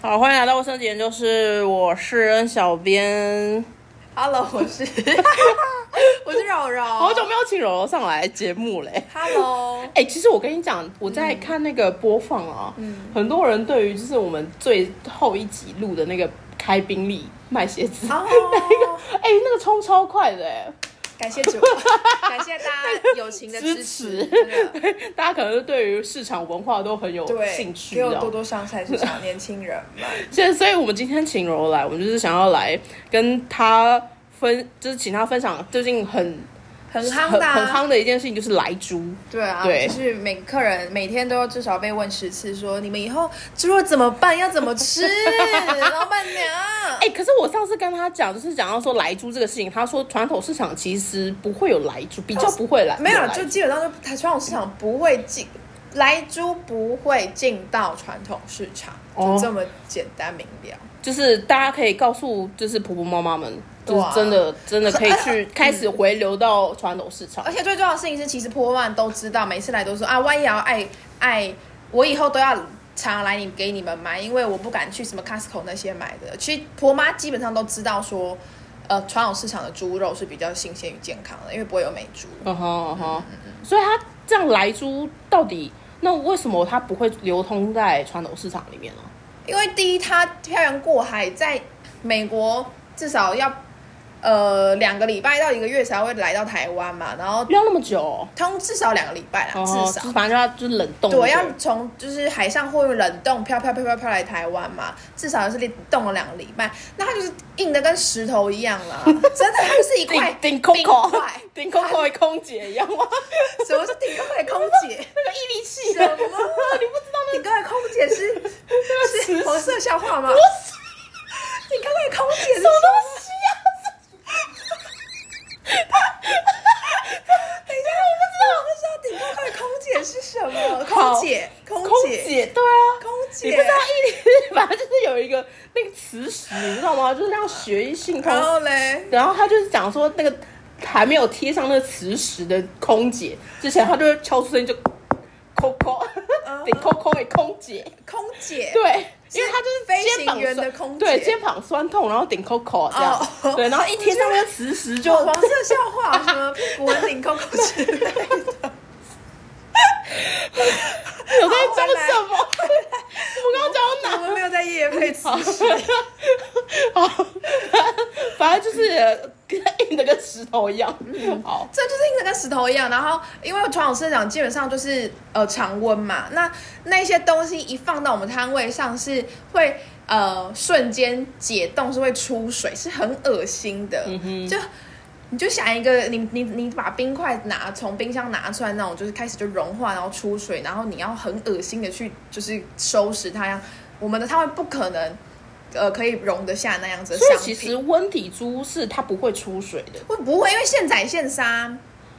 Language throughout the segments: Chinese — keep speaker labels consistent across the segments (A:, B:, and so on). A: 好，欢迎来到卫生间，就是我是恩小编，
B: Hello，我 是我是柔柔，
A: 好久没有请柔柔上来节目嘞。
B: Hello，哦
A: 哎、其实我跟你讲，我在看那个播放啊，很多人对于就是我们最后一集录的那个开宾利卖鞋子， 哎、
B: 哦，
A: 那个冲超快的哎，
B: 感谢主，感谢大家友情的支
A: 支持
B: 持，真的
A: 大家可能对于市场文化都很有
B: 对，
A: 兴趣，
B: 给
A: 这
B: 我
A: 样
B: 多多上菜 市场，年轻人们，
A: 现在，所以我们今天请柔来，我们就是想要来跟他分，就是请他分享最近很
B: 很夯
A: 很
B: 的啊、
A: 很夯的一件事情，就是来猪。
B: 对啊，
A: 对
B: 就是每个客人每天都要至少被问十次说，你们以后猪肉怎么办？要怎么吃？老板娘，
A: 哎、可是我上次跟他讲，就是讲到说来猪这个事情，他说传统市场其实不会有来猪，比较不会来，
B: 没有，
A: 来
B: 就基本上就传统市场不会进，来猪不会进到传统市场，
A: 哦
B: 就这么简单明了。
A: 就是大家可以告诉就是婆婆妈妈们，就
B: 对
A: 是
B: 啊
A: 真的真的可以去开始回流到传统市场
B: 哎而。且最重要的事情是，其实婆婆妈妈都知道，每次来都说啊，万一也要爱爱，我以后都要常来你给你们买，因为我不敢去什么 Costco 那些买的。其实婆妈基本上都知道说，呃，传统市场的猪肉是比较新鲜与健康的，因为不会有美猪。
A: 嗯哼嗯哼，所以他这样来猪到底那为什么它不会流通在传统市场里面呢？
B: 因为第一，它漂洋过海，在美国至少要呃两个礼拜到一个月才会来到台湾嘛，然后
A: 不要那么久哦、
B: 通至少两个礼拜啦，
A: 哦，
B: 至少。
A: 就是反正就要就是冷冻。
B: 对，要从就是海上货运冷冻飘飘飘飘飘来台湾嘛，至少也是冻了两个礼拜。那它就是硬的跟石头一样 啦，真的，它就是一块
A: 顶顶空口
B: 冰块，
A: 顶空口的空姐一样吗？
B: 什么是顶空的空
A: 那
B: 姐？
A: 个毅力气
B: 什么
A: 的，？ 你不知道
B: 顶空的空姐是
A: 那个
B: 是
A: 词
B: 红色笑话吗？顶空的空姐
A: 什
B: 是
A: 么东西啊？
B: 等一下，我不知道，我不知道顶空的空姐是什么？空姐， 空
A: 空
B: 姐，
A: 姐，对啊，
B: 空
A: 你
B: 姐，
A: 不知道毅力，反正就是有一个那个词史，你知道吗？就是那样学一性空，
B: 然后嘞，
A: 然后他就是讲说那个还没有贴上那个磁石的空姐之前，他就会敲出声音就。扣 扣，
B: 嗯
A: 顶扣扣给空姐，
B: 空姐，
A: 对，因为他就是
B: 飞
A: 肩膀
B: 行员的
A: 酸
B: 空
A: 对，
B: 姐
A: 肩膀酸痛，然后顶扣扣这样，
B: 哦
A: 对，然后一贴上那个磁石就
B: 黄色笑话，什么屁股纹领、空口之类的。
A: 我在讲什么？ 我刚刚讲
B: 我
A: 到哪？
B: 们没有在夜配此事，
A: 好，反正就是呃跟硬的跟石头一样。
B: 嗯
A: 好，
B: 这就是硬的跟石头一样。然后，因为传统市场基本上就是呃常温嘛，那那些东西一放到我们摊位上是会呃瞬间解冻，是会出水，是很恶心的。
A: 嗯
B: 就你就想一个，你你你把冰块拿从冰箱拿出来那种，就是开始就融化，然后出水，然后你要很恶心的去就是收拾它。我们的摊位不可能呃可以容得下那样子的
A: 所以
B: 商
A: 其
B: 品。
A: 实温体猪是它不会出水的。
B: 会不会因为现宰现杀？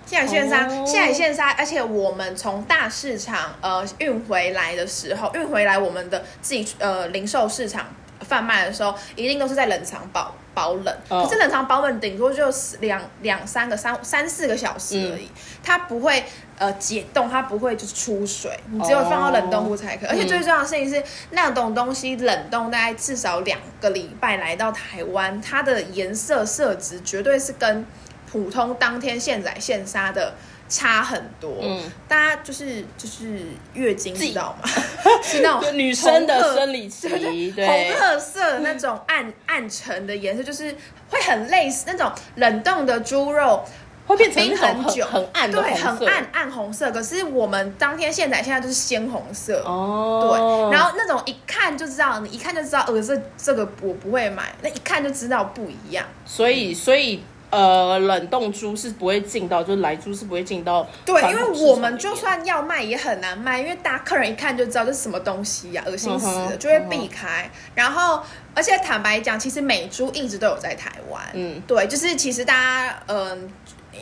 B: 现宰现杀
A: 哦，
B: 现宰现杀，而且我们从大市场呃运回来的时候，运回来我们的自己呃零售市场贩卖的时候，一定都是在冷藏保保冷。
A: 哦
B: 可是冷藏保冷顶多就是两两三个三三四个小时而已，
A: 嗯
B: 它不会呃解冻，它不会就是出水，你只有放到冷冻库才可
A: 哦
B: 以。而且最重要的事情是，那种东西冷冻大概至少两个礼拜来到台湾，它的颜色色值绝对是跟普通当天现宰现杀的差很多。
A: 嗯，
B: 大家就是就是月经
A: 自己
B: 知道吗？ 是那
A: 就
B: 种
A: 女生
B: 红
A: 的
B: 褐
A: 生理期，对
B: 红，褐色那种暗暗沉的颜色，就是会很类似那种冷冻的猪肉，
A: 会变成
B: 冰
A: 那种
B: 很久
A: 很很暗的
B: 对，
A: 红色。
B: 很暗暗红色。可是我们当天现在现在就是鲜红色。
A: 哦
B: 对，，然后那种一看就知道，你一看就知道，呃，这这个我不会买，那一看就知道不一样。
A: 所以所以呃，冷冻猪是不会进到，就是来猪是不会进到
B: 对，
A: 传
B: 因
A: 统
B: 为
A: 市场里面。
B: 我们就算要卖也很难卖，因为大客人一看就知道这是什么东西呀、恶心死
A: 嗯
B: 了，
A: 哼
B: 就会避开。然后，而且坦白讲，其实美猪一直都有在台湾，
A: 嗯
B: 对，就是其实大家嗯、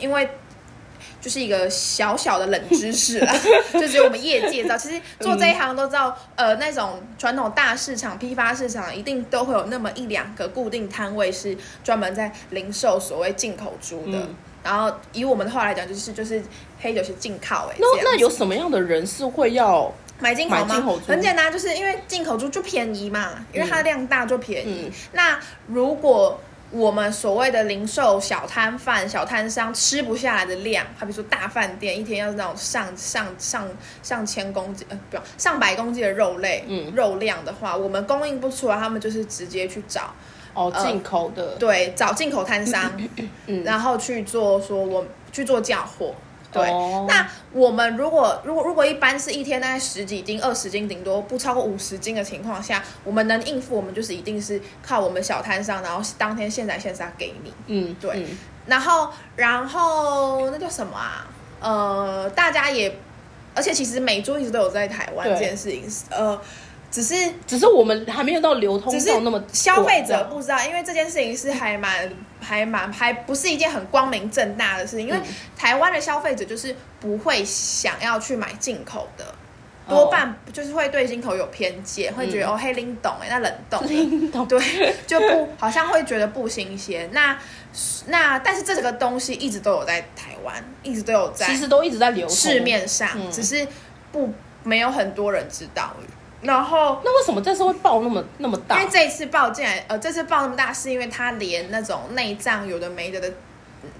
B: 因为。就是一个小小的冷知识 啦，就只有我们业界知道。其实做这一行都知道，
A: 嗯
B: 呃，那种传统大市场、批发市场一定都会有那么一两个固定摊位是专门在零售所谓进口猪的。
A: 嗯
B: 然后以我们的话来讲，就是就是黑酒是进口哎、欸，
A: 那
B: 这样
A: 那有什么样的人是会要
B: 买进口
A: 买进
B: 吗
A: 口？猪
B: 很简单，就是因为进口猪就便宜嘛，因为它的量大就便宜。
A: 嗯
B: 那如果我们所谓的零售小摊贩、小摊商吃不下来的量，好比说大饭店一天要那种上上上上千公斤，呃，不，上百公斤的肉类、
A: 嗯
B: 肉量的话，我们供应不出来，他们就是直接去找，
A: 哦，
B: 呃
A: 进口的，
B: 对，找进口摊商，
A: 嗯
B: 然后去做说我去做叫货。对，
A: 哦
B: 那我们如果如果如果一般是一天大概十几斤、二十斤，顶多不超过五十斤的情况下，我们能应付，我们就是一定是靠我们小摊商，然后当天现宰现杀给你。
A: 嗯，
B: 对
A: 嗯
B: 然后然后那叫什么啊？呃，大家也，而且其实美猪一直都有在台湾
A: 对
B: 这件事情，呃，只是
A: 只是我们还没有到流通
B: 只是
A: 到那么
B: 消费者
A: 广
B: 不知道，因为这件事情是还蛮、还蛮、还不是一件很光明正大的事情，因为
A: 嗯
B: 台湾的消费者就是不会想要去买进口的，
A: 哦嗯
B: 多半就是会对进口有偏见，会觉得、哦，黑拎懂哎，那冷 冻的，
A: 叮咚
B: 对，就不好像会觉得不新鲜。那那但是这个东西一直都有在台湾，一直都有在
A: 其实都一直在流通
B: 市。面上，
A: 嗯
B: 只是不没有很多人知道而已。然后
A: 那为什么这次会爆那么那么
B: 因
A: 大
B: 为？这一次爆进来，呃，这次爆那么大，是因为它连那种内脏有的没的的，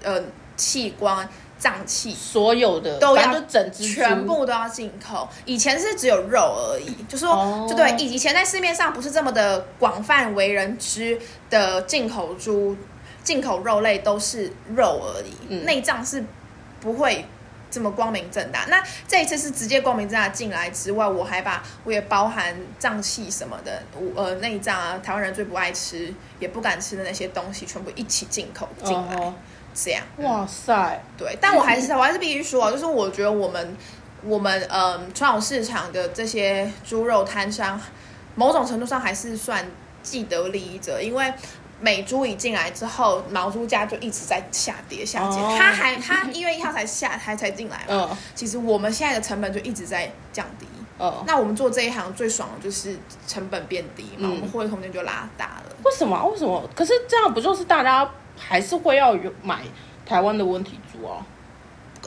B: 呃，器官、脏器
A: 所有的
B: 都要
A: 反正就整只猪
B: 全部都要进口。以前是只有肉而已，就说、
A: 哦
B: 就对，以以前在市面上不是这么的广泛为人知的进口猪、进口肉类都是肉而已，
A: 嗯
B: 内脏是不会。这么光明正大，那这一次是直接光明正大进来之外，我还把我也包含脏器什么的，我呃内脏啊，台湾人最不爱吃也不敢吃的那些东西，全部一起进口进来，
A: 哦
B: 这样。
A: 哇塞，
B: 对，但我还是我还是必须说啊， 就是我觉得我们我们嗯传统市场的这些猪肉摊商，某种程度上还是算既得利益者，因为。美猪一进来之后，毛猪价就一直在下跌下跌。
A: 哦
B: 它还它一月一号才下，才才进来嘛。
A: 嗯
B: 其实我们现在的成本就一直在降低。
A: 嗯，
B: 那我们做这一行最爽的就是成本变低嘛，
A: 嗯
B: 我们获利空间就拉大了。
A: 为什么啊？为什么？可是这样不就是大家还是会要有买台湾的问题猪啊？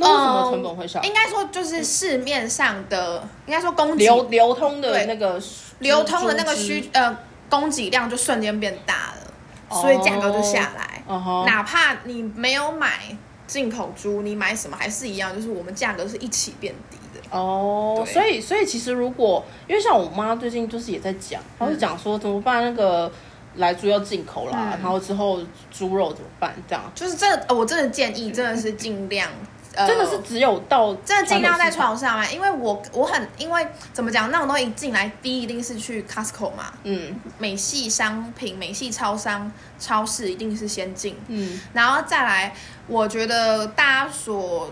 A: 那为什么成本会下？
B: 嗯应该说就是市面上的，应该说供给
A: 流流通的
B: 对
A: 那个
B: 流通的那个
A: 猪
B: 需，呃供给量就瞬间变大了，所以价格就下
A: 哦
B: 来。
A: 哦嗯哼
B: 哪怕你没有买进口猪，你买什么还是一样，就是我们价格是一起变低的。
A: 哦，
B: 对
A: 所以所以其实如果因为像我妈最近就是也在讲，她
B: 嗯
A: 就讲说怎么办那个来猪要进口啦，
B: 嗯
A: 然后之后猪肉怎么办这样，
B: 就是真的，呃我真的建议真的是尽量，呃，
A: 真的是只有到
B: 真的尽量在
A: 传
B: 传统上啊买，因为我我很因为怎么讲，那种东西一进来，第一一定是去 Costco 嘛，
A: 统市场，
B: 美系商品、美系超商、超市一定是先进，
A: 嗯
B: 然后再来，我觉得大家所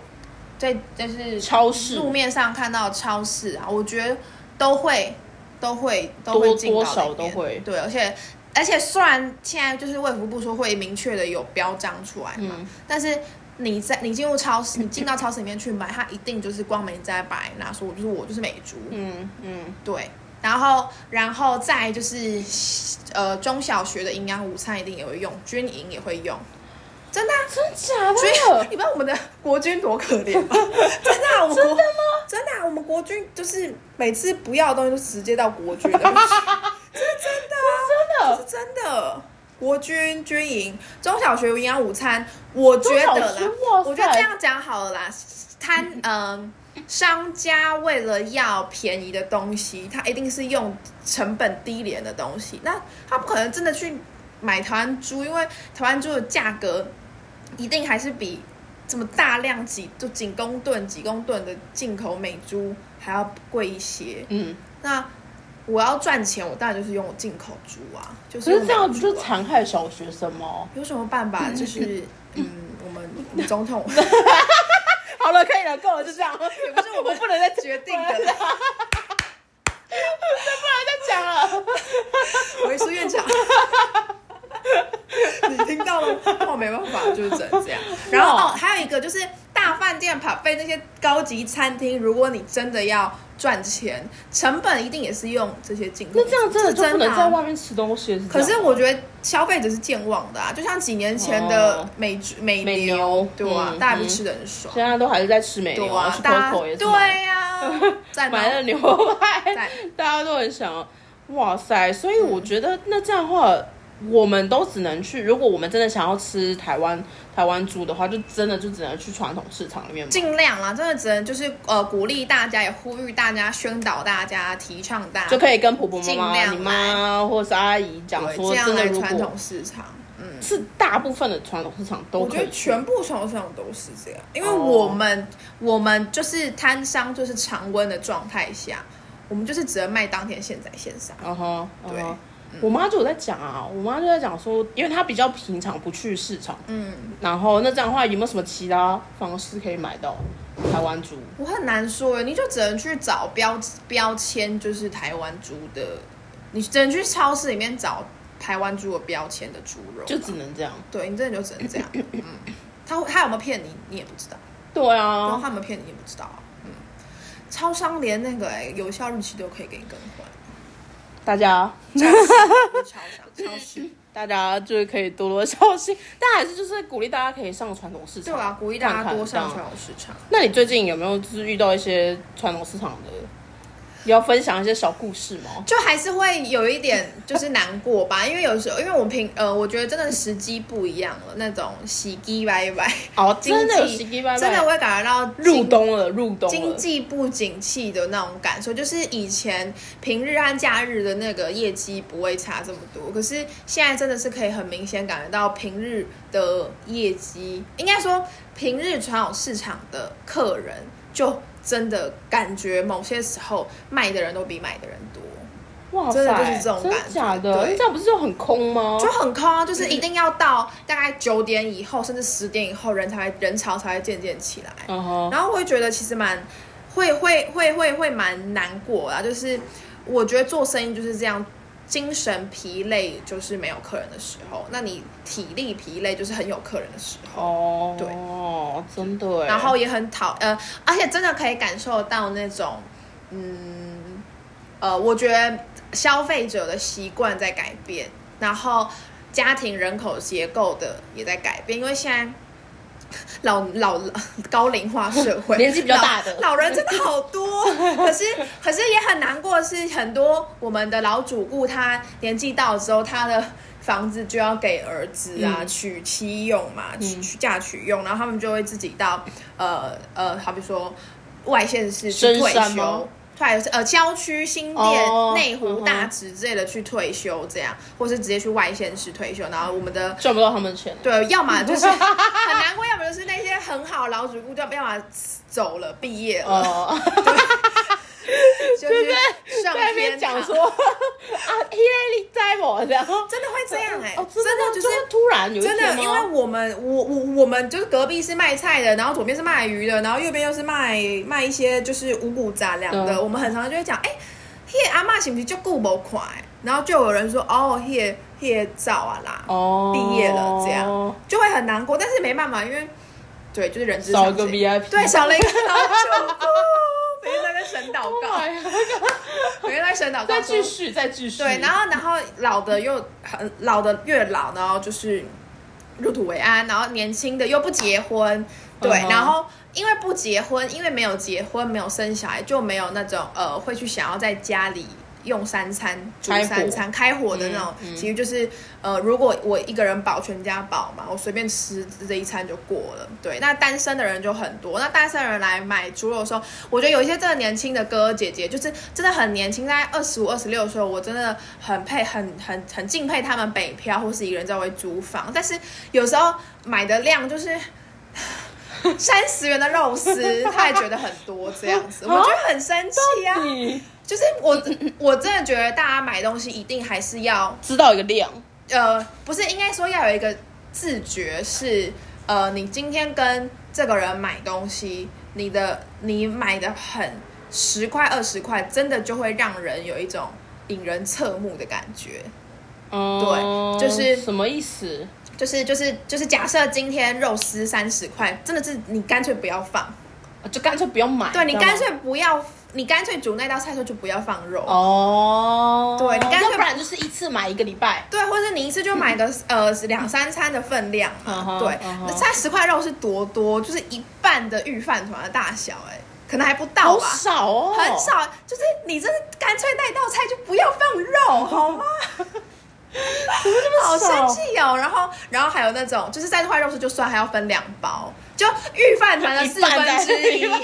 B: 在就是
A: 嗯，超市
B: 路面上看到的超市啊，我觉得都会都会都会
A: 多
B: 进
A: 多
B: 到里
A: 少都
B: 面
A: 会，
B: 对，而且而且虽然现在就是卫福部说会明确的有标章出来嘛，
A: 嗯
B: 但是你在你进入超市，你进到超市里面去买，它一定就是光明在白拿说，就是我就是美猪，
A: 嗯嗯，
B: 对。然后，然后再就是，呃，中小学的营养午餐一定也会用，军营也会用，真的啊、
A: 真假
B: 所以
A: 的？
B: 你不知道我们的国军多可怜吗？真的、啊，我们真的吗？真的、啊，我们国军就是每次不要的东西都直接到国军的，这是真的啊，
A: 这
B: 这是真的。国军军营、中小学营养午餐，我觉得
A: 中小
B: 啦
A: 学哇，塞
B: 我觉得这样讲好了啦。摊嗯、商家为了要便宜的东西，他一定是用成本低廉的东西，那他不可能真的去买台湾猪，因为台湾猪的价格一定还是比这么大量几就几公吨、几公吨的进口美猪还要贵一些。
A: 嗯，
B: 那我要赚钱，我当然就是用我进口猪啊，就是
A: 可
B: 用
A: 是这样
B: 美
A: 不
B: 猪啊
A: 就残害小学生哦 吗？
B: 有什么办法？就是嗯，我们我们 总统
A: 好了，可以了，够了，就 这样，
B: 也不是我们
A: 不能再 再
B: 决定的啦，
A: 讲了。
B: 我是院长。 你听到了吗？我没办法，就是只能 这样。然后哦，还有一个就是大饭店、跑费那些高级餐厅，如果你真的要赚钱，成本一定也是用这些进口。
A: 那这样真的就不能
B: 啊
A: 在外面吃东西了，是这
B: 可
A: 样
B: 是我觉得消费者是健忘的啊，就像几年前的
A: 哦
B: 美猪美
A: 美
B: 牛
A: 牛，
B: 对吧？啊
A: 嗯
B: 大家不是吃的很爽，
A: 现在都还是在吃美
B: 对
A: 牛
B: 啊
A: 去，
B: 大家
A: Costco 也是买
B: 对呀、哦， 赞
A: 买了
B: 哦，
A: 牛排，
B: 赞，
A: 大家都很想要。哇塞！所以我觉得那这样的话，我们都只能去。如果我们真的想要吃台湾台湾猪的话，就真的就只能去传统市场里面买。
B: 尽量啦，真的只能就是呃鼓励大家，也呼吁大家，宣导大家，提倡大
A: 就
B: 家，
A: 可以跟婆婆
B: 尽
A: 妈妈、
B: 量
A: 你妈或是阿姨讲
B: 对，
A: 说，
B: 这样
A: 真的
B: 来
A: 如
B: 传
A: 果
B: 统市场。嗯，
A: 是大部分的传统市场都
B: 我
A: 可
B: 觉得
A: 以去，
B: 全部传统市场都是这样，因为
A: 哦
B: 我们、我们就是摊商，就是常温的状态下，我们就是只能卖当天现宰现杀。
A: 嗯哼，嗯
B: 对
A: 哼我妈就有在讲啊，我妈就在讲说，因为她比较平常不去市场，
B: 嗯，
A: 然后那这样的话有没有什么其他方式可以买到台湾猪？
B: 我很难说耶，你就只能去找标标签，就是台湾猪的，你只能去超市里面找台湾猪的标签的猪肉吧，
A: 就只能这样。
B: 对你真的就只能这样。嗯，他他有没有骗你，你也不知道；
A: 对
B: 然后
A: 啊，
B: 他有没有骗你，你也不知道啊。嗯，超商连那个、欸、有效日期都可以给你更换。
A: 大家
B: 超市不是超商，超市。
A: 大家就是可以多多小心，但还是就是鼓励大家可以上传统市
B: 对
A: 场。
B: 啊，鼓励大家多上
A: 看看
B: 传统市场。
A: 那你最近有没有就是遇到一些传统市场的，要分享一些小故事吗？
B: 就还是会有一点就是难过吧，因为有时候因为我平呃，我觉得真的时机不一样了，那种喜机拜拜，
A: 哦，
B: 经
A: 真的有
B: 济
A: 奇迹拜拜，
B: 真的会感觉到
A: 入
B: 经
A: 冬了，入冬了。
B: 经济不景气的那种感受，就是以前平日和假日的那个业绩不会差这么多，可是现在真的是可以很明显感觉到平日的业绩，应该说平日传统市场的客人就真的感觉某些时候卖的人都比买的人多。
A: 哇塞，
B: 真的就是这种
A: 真的
B: 感觉
A: 假的？
B: 对
A: 那这样不是就很空吗？
B: 就很空啊，就是一定要到大概九点以后，甚至十点以后，人才会人潮才会渐渐起来。
A: 嗯哼，
B: 然后我会觉得其实蛮会会会会会蛮难过啦，就是我觉得做生意就是这样，精神疲累就是没有客人的时候，那你体力疲累就是很有客人的时候。
A: 哦，
B: 对
A: 哦，真的耶。
B: 然后也很讨呃，而且真的可以感受到那种，嗯，呃，我觉得消费者的习惯在改变，然后家庭人口结构的也在改变，因为现在。老老高龄化社会，
A: 年纪比较大的
B: 老老人真的好 多，可是可是也很难过，是很多我们的老主顾他年纪到了之后，他的房子就要给儿子啊、
A: 嗯
B: 娶妻用嘛，娶娶嫁娶用，然后他们就会自己到呃呃，好比说外县市去
A: 深
B: 退
A: 山吗
B: 休。退呃郊区、新店、
A: 哦
B: 内湖、
A: 嗯哼
B: 大直之类的去退休，这样，或是直接去外县市退休。然后我们的
A: 赚不到他们的钱。
B: 对，要么就是 很难过，要么就是那些很好的老主顾，要要么走了毕业了，
A: 哦，
B: 就是上
A: 在那边
B: 天
A: 讲
B: 堂。
A: 说啊，伊雷利在我，然后
B: 真的会这样哎、
A: 哦，
B: 真
A: 的吗
B: 的就是
A: 真的突然有一
B: 真
A: 天
B: 的，
A: 吗
B: 因为我们我我我们就是隔壁是卖菜的，然后左边是卖鱼的，然后右边又是卖卖一些就是五谷杂粮的。
A: 嗯
B: 我们很常常就会讲，哎、那个阿嬷是不是就顾不快？然后就有人说，哦，迄迄照啊啦，
A: 哦，
B: 毕业了这样就会很难过，但是没办法，因为对，就是人之
A: 少
B: 常
A: 一个
B: 情
A: VIP
B: 对，少了一个老主顾， 每天在跟神祷告，
A: 哎呀，
B: 每天在神祷告
A: 再
B: 说，
A: 继续，再继续。
B: 对，然后然后老的又很老的越老，然后就是入土为安，然后年轻的又不结婚，对，
A: 嗯哼
B: 然后因为不结婚，因为没有结婚，没有生小孩，就没有那种呃会去想要在家里。用三餐煮
A: 开火
B: 三餐开火的那种，
A: 嗯嗯
B: 其实就是呃，如果我一个人保全家保嘛，我随便吃这一餐就过了。对，那单身的人就很多。那单身的人来买猪肉的时候，我觉得有一些真的年轻的哥哥姐姐，就是真的很年轻，在二十五、二十六的时候，我真的很佩、很、很、很敬佩他们北漂或是一个人在外租房。但是有时候买的量就是三十元的肉丝，他也觉得很多这样 子，我觉得很生气啊！
A: 你
B: 就是我 我真的觉得大家买东西一定还是要
A: 知道一个量，
B: 呃，不是应该说要有一个自觉是，呃，你今天跟这个人买东西，你的你买的很十块二十块，真的就会让人有一种引人侧目的感觉。
A: 嗯
B: 对就是
A: 什么意思？
B: 就是就是就是，假设今天肉丝三十块，真的是你干脆不要放，
A: 啊就干脆不用买，
B: 对你
A: 知道吗
B: 干脆不要，你干脆煮那道菜的时候就不要放肉。
A: 哦，
B: 对你干脆
A: 要不然就是一次买一个礼拜，
B: 对，或者你一次就买个、呃两三餐的分量嘛
A: 嗯哼
B: 对
A: 嗯，哼
B: 那三十块肉是多多，就是一半的御饭团的大小哎、可能还不到
A: 好
B: 吧，
A: 少哦，
B: 很。少。就是你真的干脆那道菜就不要放
A: 哦
B: 肉，好吗？ 好生气哦！然后，然后还有那种就是在块肉丝就算，还要分两包，就御饭团的四分之一，
A: 一
B: 御
A: 半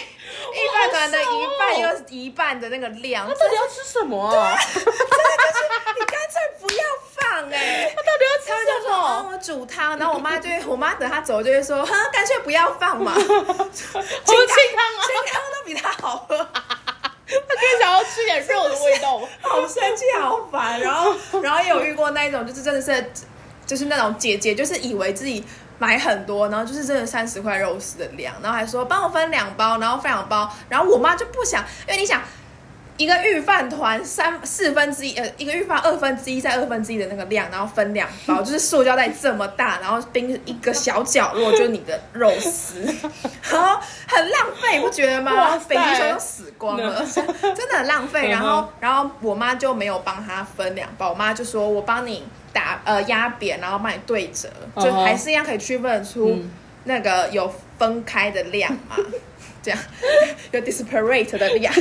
A: 在
B: 饭团的一半又是一半的那个量，
A: 哦他
B: 真
A: 到底
B: 的
A: 要吃什么啊？
B: 就是你干脆不要放哎、
A: 他到底要吃
B: 他们就
A: 什
B: 说：“哦，
A: 么？
B: 我煮汤。”然后我妈就会，我妈等她走就会说：“哼，干脆不要放嘛，清
A: 清汤啊
B: 清汤都比它好喝。”
A: 他可以想要吃点肉的味道吗？
B: 好生气，好烦。然后，然后也有遇过那一种，就是真的是，就是那种姐姐，就是以为自己买很多，然后就是真的三十块肉丝的量，然后还说帮我分两包，然后分两包，然后我妈就不想，因为你想。一个御饭团三四分之一，呃，一个御饭二分之一再二分之一的那个量，然后分两包，就是塑胶袋这么大，然后冰一个小角落就是你的肉丝，然后很浪费，不觉得吗
A: 哇？
B: 北极熊
A: 塞
B: 都死光了， 真的很浪
A: 嗯
B: 费。然后，然后我妈就没有帮她分两包，我妈就说我帮你打呃压扁，然后帮你对折，就
A: 嗯哼
B: 还是一样可以区分得出
A: 嗯
B: 那个有分开的量 嘛，这样有 disparate 的量。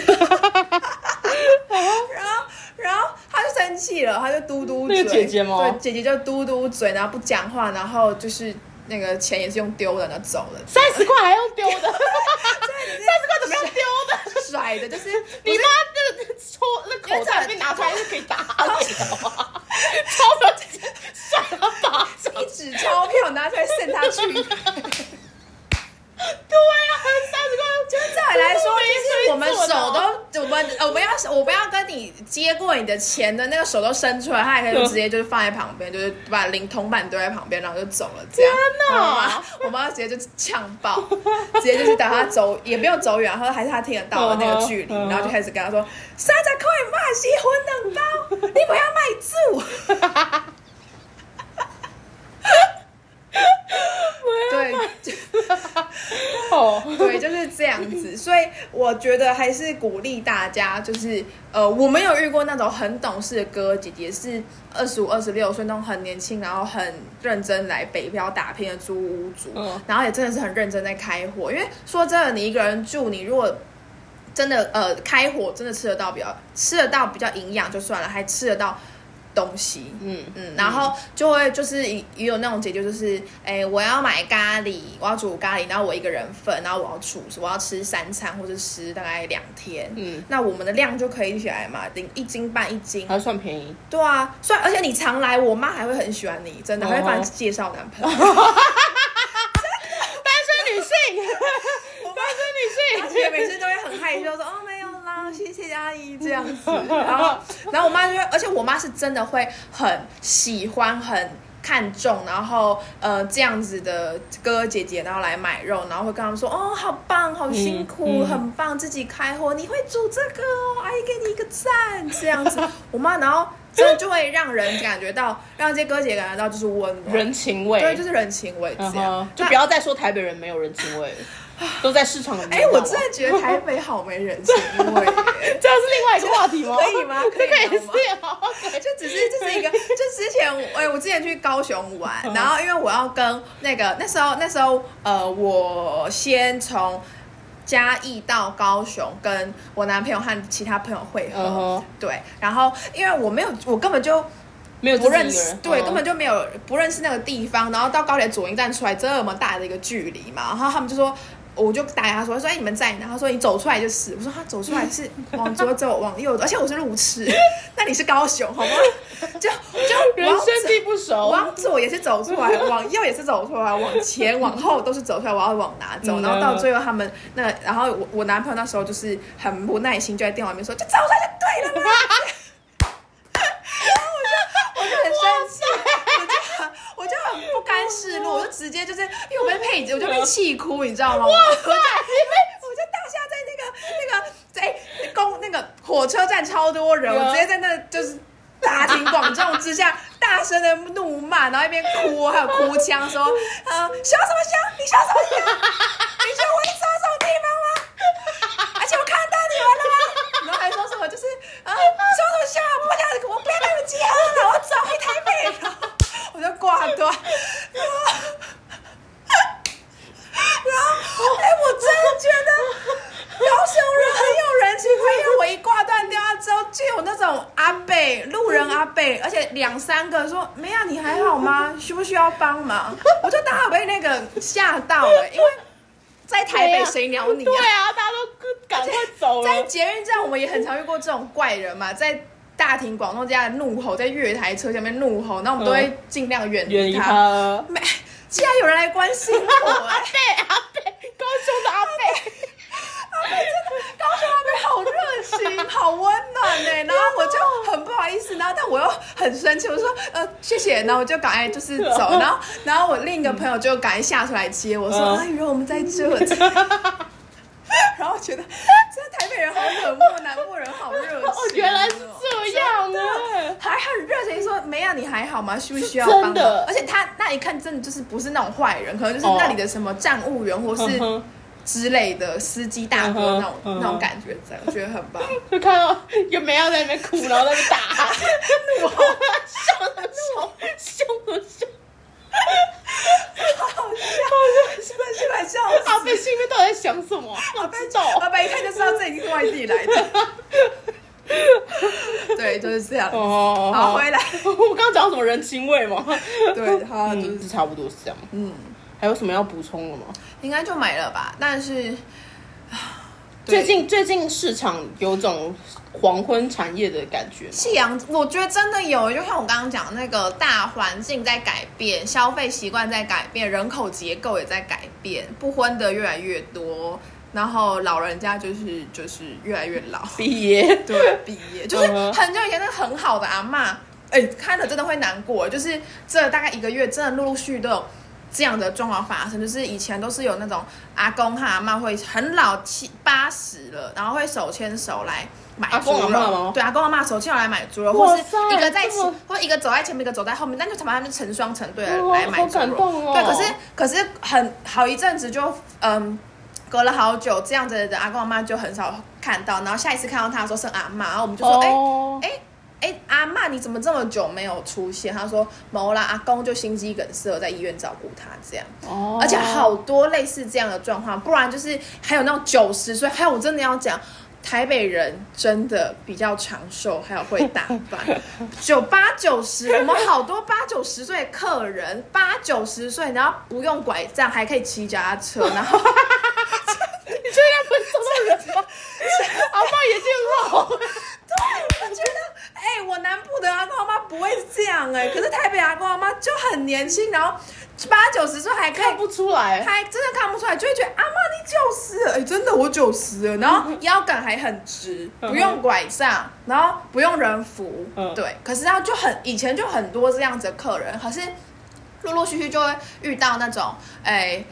B: 然后，然后她就生气了，她就嘟嘟嘴，
A: 那个姐姐吗
B: 对，姐姐就嘟嘟嘴，然后不讲话，然后就是那个钱也是用丢的，然后走了。
A: 三十块还用丢的？三十块怎么样丢的？
B: 甩的，就是
A: 你妈那个抽那口袋被拿出来就可以打 脸，超的算了吧。
B: 一纸钞票拿出来送他去。
A: 对呀、啊，三十块就
B: 再来说，就是我们 手
A: 都
B: 都，我们呃我们要我不要跟你接过你的钱的那个手都伸出来，他也可以直接就是放在旁边，就是把零铜板丢在旁边，然后就走了。这样，
A: 天哪
B: 然后我妈我妈直接就呛爆，直接就是打他走，也没有走远，然后还是他听得到的那个距
A: 嗯
B: 离，
A: 哼
B: 然后就开始跟他说：“三十块卖西馄饨包，你不要卖 住。”对，
A: 哦，
B: 对，就是这样子。所以我觉得还是鼓励大家，就是呃，我没有遇过那种很懂事的哥哥姐姐，是二十五、二十六岁那种很年轻，然后很认真来北漂打拼的租屋族，
A: 嗯
B: 然后也真的是很认真在开火。因为说真的，你一个人住，你如果真的呃开火，真的吃得到比较吃得到比较营养就算了，还吃得到东西，
A: 嗯
B: 嗯，然后就会就是也也有那种姐姐，就是哎、我要买咖喱，我要煮咖喱，然后我一个人份，然后我要煮，我要吃三餐或者吃大概两天。
A: 嗯，
B: 那我们的量就可以起来嘛，零一斤半一斤，
A: 还算便宜，
B: 对啊，虽然而且你常来，我妈还会很喜欢你，真的，
A: 哦
B: 还会帮你介绍男朋友。
A: 单身女 性，
B: 我妈
A: 单身
B: 而
A: 女
B: 且
A: 性，
B: 每次都会很害羞说哦没有啦，谢谢阿姨这样子。然后然后我妈就会，而且我妈是真的会很喜欢很。看重，然后呃这样子的哥哥姐姐，然后来买肉，然后会跟他们说哦，好棒，好辛苦，
A: 嗯嗯
B: 很棒，自己开火，你会煮这个哦，阿姨给你一个赞，这样 子。我妈然后真的就会让人感觉到，让这些哥姐感觉到就是温暖，
A: 人情味，
B: 对，就是人情味这
A: 嗯
B: 样
A: 哼，，就
B: 那
A: 不要再说台北人没有人情味，都在市场里面。
B: 哎、我真的觉得台北好没人情味耶，
A: 这样是另外一个话题吗？
B: 可以吗哦可 以
A: 这个也
B: 聊吗哎
A: 是好，
B: 就只是这、就是一个，就之前哎、我之前去高雄玩，
A: 嗯
B: 然后因为我要跟那个那时候那时候呃，我先从嘉义到高雄，跟我男朋友和其他朋友会合
A: 嗯哼
B: 对，然后因为我没有，我根本就
A: 没有
B: 不认识，对，
A: 嗯
B: 根本就没有不认识那个地方，然后到高铁左营站出来这么大的一个距离嘛，然后他们就说。我就打给他说，说哎、你们在哪？他说你走出来就是。我说他走出 来是往左走，往右走，而且我是路痴， 那你是高雄好吗？ 就就
A: 人
B: 往
A: 生
B: 左
A: 地不熟，
B: 往左也是走出来，往右也是走出来，往前往后都是走出来。我要往哪
A: 嗯
B: 走？然后到最后他们那，然后我我男朋友那时候就是很不耐心，就在电话里面说就走出来就对了嘛。然后我就我就很生气，我就很我就很不甘示弱，我就直接就是因为我被配置，我就被气哭，你知道吗？我就 我就大下在那个那个在公那个火车站超多人，我直接在那就是。大庭广众之下大声的怒骂，然后一边哭，还有哭腔说：“呃，笑什么笑？你笑什么笑？你觉得我会走这种地方吗？而且我看到你们了吗？”然后还说什么就是啊，笑什么笑？我不想，我不要跟你们结婚了，我走回台北。然后我就挂断，然后。然后，哎、我真的觉得高雄两三个说：“梅亚，你还好吗？需不需要帮忙？”我就大家被那个吓到哎、因为在台北谁鸟你
A: 对
B: 啊？
A: 啊，大家都赶快走
B: 在
A: 了。
B: 捷运站我们也很常遇过这种怪人嘛，在大庭广众之下怒吼，在月台车前面怒吼，那我们都会尽量远
A: 远
B: 离
A: 离他，
B: 没，竟然有人来关心我
A: 高
B: 哎、
A: 雄的阿贝，
B: 高雄那边好热情，好温暖呢、然后我就很不好意思，然后但我又很生气，我说呃谢谢，然后我就赶快就是 走，然后然后我另一个朋友就赶快下出来接我说
A: 嗯
B: 啊，原来我们在这里。然后我觉得这台北人好冷漠，南部人好热情、啊
A: 哦，原来是这样啊！
B: 还很热情说：“梅亚，你还好吗？需不需要
A: 是真
B: 帮忙
A: 的？”
B: 而且他那一看，真的就是不是那种坏人，可能就是
A: 哦
B: 那里的什么站务员或是
A: 嗯哼
B: 之类的司机大哥那种、
A: 嗯哼嗯哼
B: 那种感觉在，我觉得很棒。
A: 就看到有梅要在那边哭，然后在那边打， 怒吼，凶的凶，凶的凶，
B: 真的是蛮笑
A: 阿
B: 死。
A: 贝心里面到底在想什么啊？我
B: 被
A: 知道
B: 阿。贝一看就知道这已经是外地来的。对，就是这样。
A: 哦，
B: 好，回来。
A: 我刚刚讲到什么人情味吗？
B: 对，他就是、
A: 嗯，差不多是这样。
B: 嗯，
A: 还有什么要补充的吗？
B: 应该就买了吧，但是。啊对
A: 最近最近市场有种黄昏产业的感觉吗，
B: 夕阳，我觉得真的有，就像我刚刚讲那个大环境在改变，消费习惯在改变，人口结构也在改变，不婚的越来越多，然后老人家就是就是越来越老，
A: 毕业
B: 对，毕业就是
A: 嗯哼
B: 很久以前那个很好的阿嬷，哎、看了真的会难过，就是这大概一个月，真的陆陆续续都有。这样的状况发生，就是以前都是有那种阿公和阿嬷会很老七八十了，然后会手牵手来买
A: 阿
B: 猪
A: 公
B: 肉，
A: 阿嬷吗
B: 对阿公阿嬷手牵手来买猪肉，
A: 哇
B: 或是
A: 塞
B: 一个在
A: 这么
B: 或一个走在前面，一个走在后面，但就他们他们成双成对的
A: 哇
B: 来买
A: 好
B: 猪
A: 感
B: 肉。
A: 动哦
B: 对，可是可是很好一阵子就嗯，隔了好久，这样子的阿公阿妈就很少看到，然后下一次看到他的时候是阿妈，然后我们就说，哎哎、
A: 哦，
B: 阿妈你怎么这么久没有出现？他说某啦，阿公就心肌梗塞，在医院照顾他这样，
A: 哦
B: 而且好多类似这样的状况，不然就是还有那种九十岁，还有我真的要讲。台北人真的比较长寿，还有会打 扮。九八九十，我们好多八九十岁的客人，八九十岁，然后不用拐杖，还可以骑脚踏车，然后
A: 你确定要分手到人吗？阿爸也很 好，
B: 对，我就觉得，哎、我南部的阿公阿妈不会这样哎、可是台北阿公阿妈就很年轻，然后八九十岁还可
A: 看
B: 以。
A: 不出来。
B: 还真的看不出来，就会觉得阿妈你九十了，哎、真的我九十了，然后腰杆还很直，
A: 嗯
B: 不用拐杖，然后不用人扶，
A: 嗯
B: 对。可是他就很以前就很多这样子的客人，可是陆陆续续就会遇到那种，哎、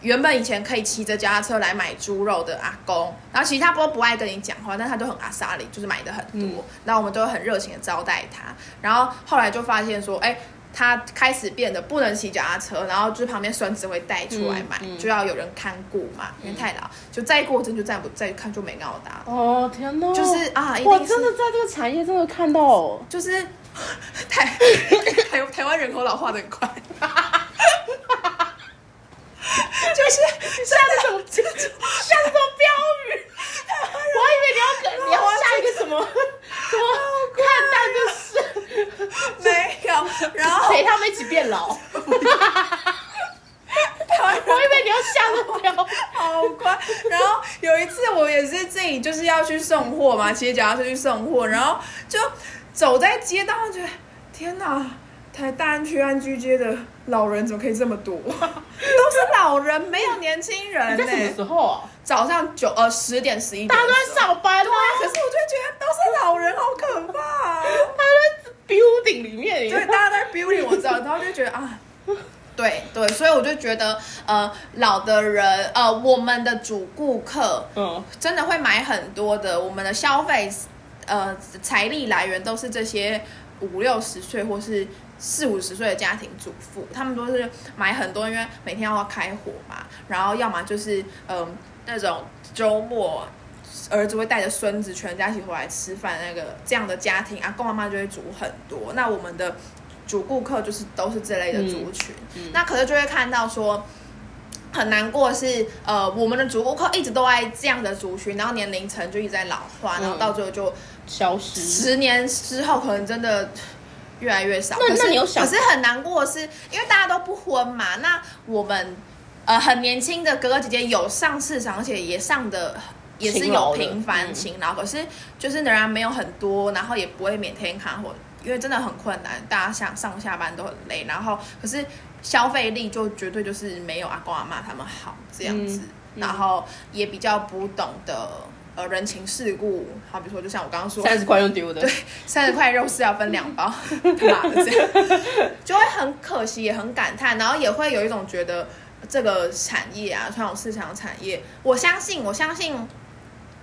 B: 原本以前可以骑着脚踏车来买猪肉的阿公，然后其实他不不爱跟你讲话，但他就很阿莎里，就是买的很多
A: 嗯，
B: 然后我们都会很热情的招待他，然后后来就发现说，哎、他开始变得不能骑脚踏车，然后就是旁边孙子会带出来买，
A: 嗯嗯
B: 就要有人看顾嘛，因为太老，就再过阵就再不再看就没啊奥达了，
A: 哦天哪！
B: 就是啊，一
A: 我
B: 定是
A: 真的在这个产业真的看到，
B: 就是台台台湾人口老化的很快，就是像那种这种
A: 像什么标语？ 我还以为你要你要下一个什 么什么看淡就是
B: 没有，然后
A: 陪他们一起变 老。我
B: 台湾人
A: 以为你要下个标语。
B: 好乖。然后有一次我也是自己就是要去送货嘛，骑脚踏车去送货，然后就走在街道上，觉得天哪，台大安区安居街的老人怎么可以这么多？ 都是老人，没有年轻人
A: 在
B: 呢、
A: 什么时候啊？
B: 早上九呃十点十一点的
A: 大
B: 时
A: 家
B: 候，
A: 都在上班啊，
B: 可是我就觉得都是老人，好可怕、啊。
A: 大家都在 building 里面，你
B: 对，大家在 beauty 我知道，然后就觉得啊。对对，所以我就觉得，呃，老的人，呃，我们的主顾客
A: 嗯，
B: 真的会买很多的，我们的消费，呃，财力来源都是这些五六十岁或是四五十岁的家庭主妇，他们都是买很多，因为每天要开火嘛，然后要么就是嗯、那种周末。儿子会带着孙子全家一起回来吃饭，那个这样的家庭，阿公阿妈就会煮很多。那我们的主顾客就是都是这类的族群，那可是就会看到说，很难过是，呃，我们的主顾客一直都在这样的族群，然后年龄层就一直在老化，然后到最后就
A: 消失。
B: 十年之后，可能真的越来越少。
A: 那
B: 可是
A: 那你有想
B: 可是很难过的是，因为大家都不婚嘛，那我们呃很年轻的哥哥姐姐有上市场，而且也上的。也是
A: 勤劳
B: 有
A: 的
B: 频繁
A: 嗯
B: 勤劳，可是就是仍然没有很多，然后也不会每天看货，因为真的很困难，大家想上下班都很累，然后可是消费力就绝对就是没有阿公阿妈他们好这样子，
A: 嗯
B: 然后也比较不懂得呃人情世故，好比说就像我刚刚说
A: 三十块用丢的，
B: 三十块肉丝要分两包，妈的这样，就会很可惜，也很感叹，然后也会有一种觉得这个产业啊，传统市场产业，我相信，我相信，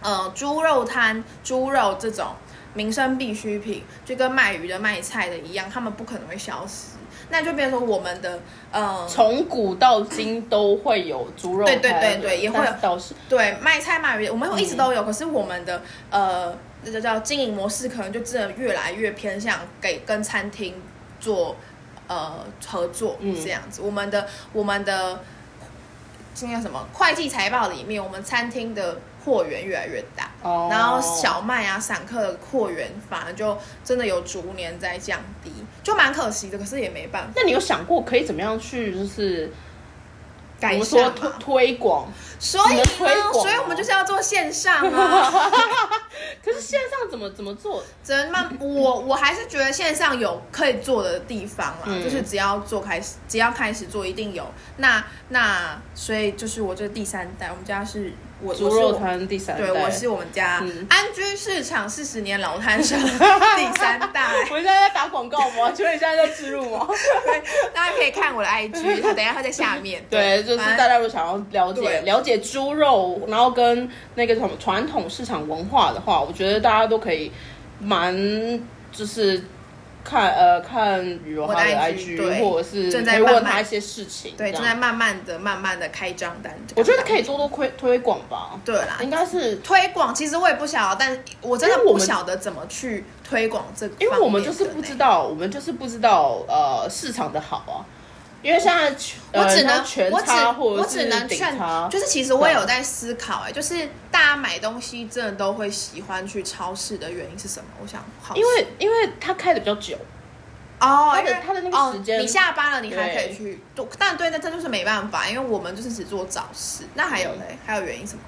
B: 呃，猪肉摊、猪肉这种民生必需品，就跟卖鱼的、卖菜的一样，他们不可能会消失。那就变成说我们的，呃，
A: 从古到今都会有猪肉
B: 对
A: 摊，
B: 对对对也会有
A: 但是倒是
B: 对，卖菜卖鱼，我们会
A: 嗯
B: 一直都有，可是我们的呃，那就叫经营模式，可能就真的越来越偏向给跟餐厅做呃合作
A: 嗯
B: 这样子。我们的我们的今天什么会计财报里面，我们餐厅的货源越来越大。
A: 哦，
B: 然后小麦啊、散客的货源反而就真的有逐年在降低，就蛮可惜的。可是也没办法，
A: 那你有想过可以怎么样去就是我
B: 改
A: 们
B: 善
A: 说
B: 嘛
A: 推推广？
B: 所以呢
A: 只能推广，
B: 所以我们就是要做线 上啊。
A: 可是线上怎么怎么做？
B: 只 能慢，我我还是觉得线上有可以做的地方啦，
A: 嗯
B: 就是只要做开始，只要开始做，一定有。那那所以就是我这第三代，我们家是我
A: 猪肉，摊第三
B: 我
A: 代，
B: 是我对我是我们家、
A: 嗯
B: 安居市场四十年老摊商 第三代。
A: 我现在在打广告吗？请问你现在在植入吗？
B: 对，大家可以看我 的 IG，等一下会在下面。
A: 对，就是
B: 反正
A: 大家如果想要了解
B: 对
A: 了解猪肉，然后跟那个什么传统市场文化的话，我觉得大家都可以蛮就是看呃看雨柔
B: 我的
A: 她的
B: IG
A: IG，
B: 对
A: 或者是
B: 正
A: 可
B: 在
A: 以问
B: 慢慢
A: 她一些事情。
B: 对，
A: 这
B: 正
A: 样
B: 在慢慢的、慢慢的开张单。
A: 我觉得可以多多推推广吧，
B: 对啦，
A: 应该是
B: 推广其实我也不晓得，但我真的
A: 因为我
B: 不
A: 们
B: 晓得怎么去推广这个方面的呢，
A: 因为我们就是不知道，我们就是不知道呃市场的好啊，因为现在
B: 我只能、
A: 呃、全
B: 我只
A: 差或者
B: 我只能
A: 是顶啊
B: 劝
A: 差，，
B: 就是其实我有在思考、哎，就是大家买东西真的都会喜欢去超市的原因是什么？我想好奇，
A: 因为因为它开的比较久，
B: 哦，
A: 它的
B: 因为
A: 它的那个时间
B: 哦，你下班了你还可
A: 对
B: 以去，对但对，那这就是没办法，因为我们就是只做早市。那还有
A: 嗯
B: 嘞，还有原因什么？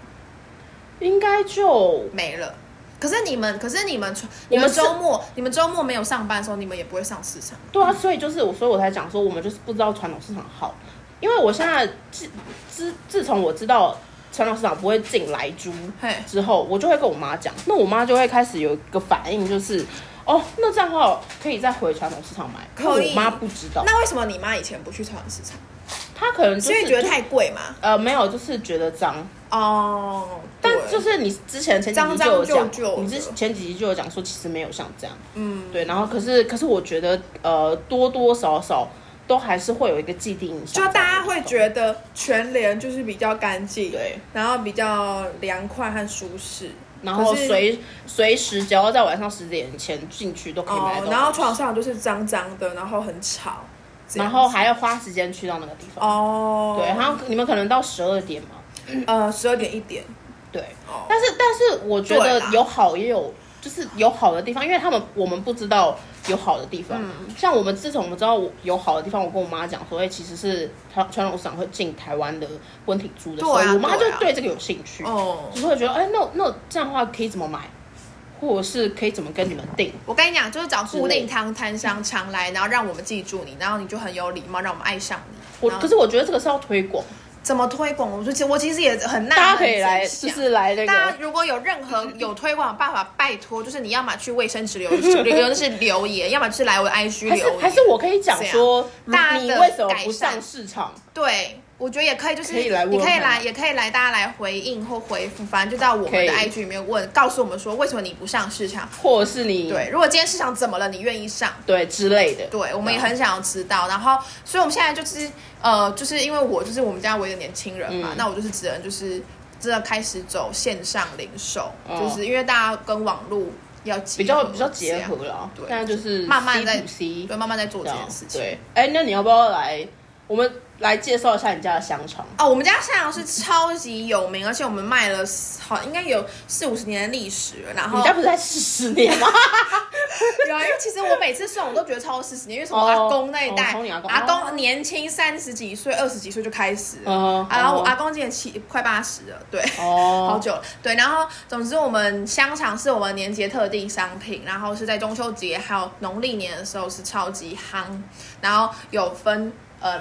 A: 应该就
B: 没了。可是你们，可是你们，
A: 我
B: 你
A: 们
B: 们
A: 是
B: 周末，你们周末没有上班的时候，你们也不会上市场。
A: 对啊，所以就是我，所以我才讲说，我们就是不知道传统市场好，因为我现在自自自从我知道传统市场不会进来猪
B: 嘿，
A: 之后，我就会跟我妈讲，那我妈就会开始有一个反应，就是哦，那这样的话可以再回传统市场买，
B: 可以
A: 我妈不知道，
B: 那为什么你妈以前不去超市市场？
A: 她可啊能就是
B: 因为觉得太贵嘛？
A: 呃没有，就是觉得脏，
B: 哦，
A: 但
B: 对
A: 就是你之前前几集
B: 脏脏
A: 就有讲，
B: 旧旧的
A: 你之前几集就有讲说，其实没有像这样，
B: 嗯。
A: 对，然后可是可是我觉得呃多多少少都还是会有一个既定印
B: 就
A: 象在
B: 大
A: 里头，
B: 家会觉得全联就是比较干净，
A: 对，
B: 然后比较凉快和舒适，
A: 然后
B: 可是
A: 随随时只要在晚上十点前进去都可以买
B: 哦
A: 到，，
B: 然后床上就是脏脏的，然后很吵，这样
A: 然
B: 子
A: 后还要花时间去到那个地方。
B: 哦，
A: 对，然后你们可能到十二点嘛，
B: 呃十二点一点，
A: 对。
B: 哦
A: 但是但是我觉得
B: 对啦
A: 有好也有，就是有好的地方，因为他们我们不知道有好的地方。
B: 嗯
A: 像我们自从我们知道有好的地方，我跟我妈讲说，哎、其实是传传统市场会进台湾的温体猪的时候，
B: 对啊
A: 我妈就
B: 对啊
A: 对这个有兴趣，
B: 哦，
A: 就会觉得，哎、那那这样的话可以怎么买，或者是可以怎么跟你们订？
B: 我跟你讲，就是找固
A: 之类
B: 定汤摊商常来，然后让我们记住你，然后你就很有礼貌，让我们爱上你。
A: 我
B: 然后
A: 可是我觉得这个是要推广。
B: 怎么推广？我就其实我其实也很纳闷，
A: 大家可以来，
B: 这
A: 就
B: 样
A: 是来那
B: 大家
A: 个。
B: 如果有任何有推广的办法，拜托，就是你要么去卫生纸留留留就是留言，要么就是来我的 IG
A: 还是
B: 留言。
A: 还是我可以讲说，
B: 这样
A: 你
B: 大的
A: 为什么
B: 改
A: 不
B: 善
A: 上市场？
B: 对，我觉得也可以，就是
A: 可以来问
B: 你可以
A: 看
B: 来，也可以来，大家来回应或回复，反正就到我们
A: 可以
B: 的 IG 里面问，告诉我们说为什么你不上市场。
A: 或者是你
B: 对，如果今天市场怎么了，你愿意上？
A: 对之类的？
B: 对，我们也很想要知
A: 啊
B: 道。然后，所以我们现在就是呃，就是因为我就是我们家唯一的年轻人嘛，
A: 嗯
B: 那我就是只能就是真的开始走线上零售，
A: 哦
B: 就是因为大家跟网络要结
A: 比较
B: 合
A: 比较
B: 这
A: 结
B: 样
A: 合了。
B: 对
A: 现在就是
B: 慢慢在
A: C
B: 对，慢慢在做
A: 这
B: 这
A: 样
B: 件事情。
A: 对。哎，那你要不要来？我们来介绍一下你家的香肠。
B: 哦，我们家山羊是超级有名，而且我们卖了好应该有四五十年的历史了。然
A: 你
B: 后
A: 家不是才四十年吗？
B: 有啊，因为其实我每次算我都觉得超过四十年，因为从我
A: 哦
B: 阿公那一代，
A: 哦从你阿公
B: 年轻三十几岁、二十几岁就开始了，
A: 哦
B: 啊然后我
A: 哦
B: 阿公今年七快八十了，对。
A: 哦，
B: 好久了，对，然后总之我们香肠是我们年节特定商品，然后是在中秋节还有农历年的时候是超级夯，然后有分呃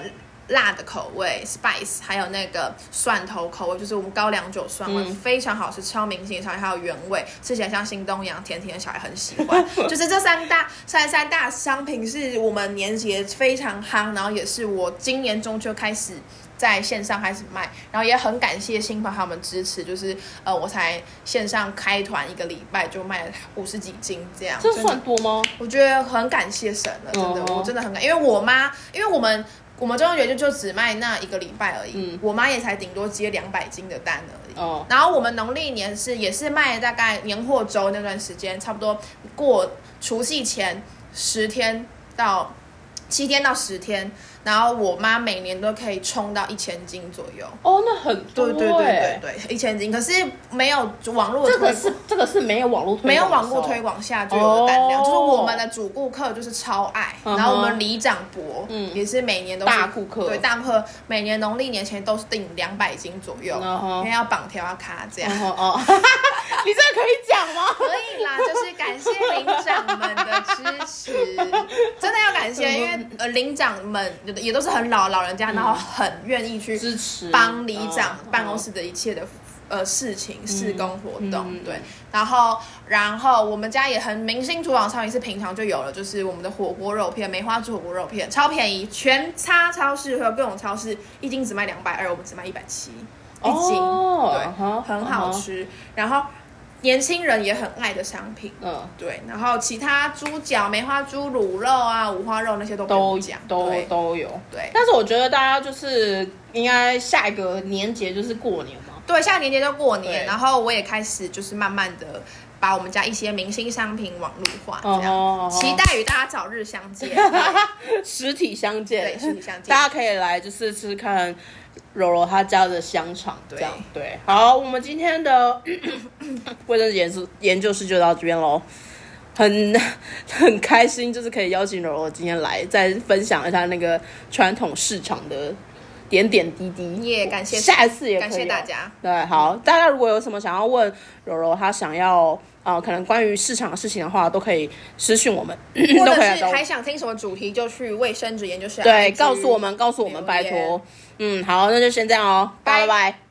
B: 辣的口味 spice，还有那个蒜头口味，就是我们高粱酒蒜味、
A: 嗯
B: 非常好吃，超明显的小孩还有原味，吃起来像新东阳甜甜的小孩很喜 欢，就是这三大三三大商品是我们年节非常夯，然后也是我今年中秋开始。在线上开始卖，然后也很感谢新朋友们支持，就是呃，我才线上开团一个礼拜就卖了五十几斤这样，
A: 这
B: 真的
A: 算多吗？
B: 我觉得很感谢神了，真的，
A: 哦
B: 我真的很感，因为我妈，因为我们我们中秋节就就只卖那一个礼拜而已，
A: 嗯
B: 我妈也才顶多接两百斤的单而已。
A: 哦，
B: 然后我们农历年是也是卖了大概年货周那段时间，差不多过除夕前十天到七天到十天，然后我妈每年都可以冲到一千斤左右。
A: 哦，那很多
B: 对对对对
A: 欸
B: 对，一千斤，可是没有网络的
A: 这
B: 推
A: 个
B: 广
A: 是这个是没有网络推广的
B: 没有网络
A: 时候
B: 推广下就有的单量，
A: 哦
B: 就是我们的主顾客就是超爱，
A: 嗯哼
B: 然后我们里长伯，
A: 嗯
B: 也是每年都是
A: 大顾客
B: 对大顾客每年农历年前都是定两百斤左右，
A: 嗯哼
B: 因为要绑条要卡这样。
A: 哦哦，你这个可以讲吗？
B: 可以啦，就是感谢领长们的支持，真的要感谢，因为呃领长们也都是很老老人家，
A: 嗯
B: 然后很愿意去
A: 支持
B: 帮里长
A: 嗯
B: 办公室的一切的呃事情、施工活动
A: 嗯，
B: 对。然后，然后我们家也很明星厨房上也是平常就有了，就是我们的火锅肉片、梅花猪火锅肉片，超便宜，全差超市和各种超市一斤只卖两百二，我们只卖一百七一斤，
A: 哦啊
B: 对
A: 嗯哼
B: 很好吃。然后年轻人也很爱的商品。
A: 嗯，
B: 对，然后其他猪脚、梅花猪卤肉啊、五花肉那些都不
A: 都
B: 用讲，
A: 都
B: 对
A: 都有。
B: 对
A: 但是我觉得大家就是应该下一个年节就是过年嘛，
B: 对，下年节就过年，
A: 对
B: 然后我也开始就是慢慢的把我们家一些明星商品网络化，这样、
A: 哦哦哦
B: 期待与大家早日相 见。
A: 实体相
B: 对，
A: 见，
B: 实体相见
A: 大。家可以来就是吃看柔柔她家的香肠，
B: 对
A: 这样对。好，我们今天的 卫生研究研究室就到这边喽。很很开心，就是可以邀请柔柔今天来，再分享一下那个传统市场的点点滴滴。
B: 也感谢
A: 下一次也可以啊
B: 感谢大家。
A: 对，好，大家如果有什么想要问柔柔，她想要啊、呃可能关于市场的事情的话，都可以私信我们，
B: 或
A: 都
B: 者
A: 可以来
B: 是
A: 找我们
B: 还想听什么主题，就去卫生纸研究室
A: 对，
B: IG
A: 告诉我们，告诉我们，
B: 留
A: 拜
B: 言
A: 托。嗯，好，那就先这样哦，
B: 拜
A: 拜拜。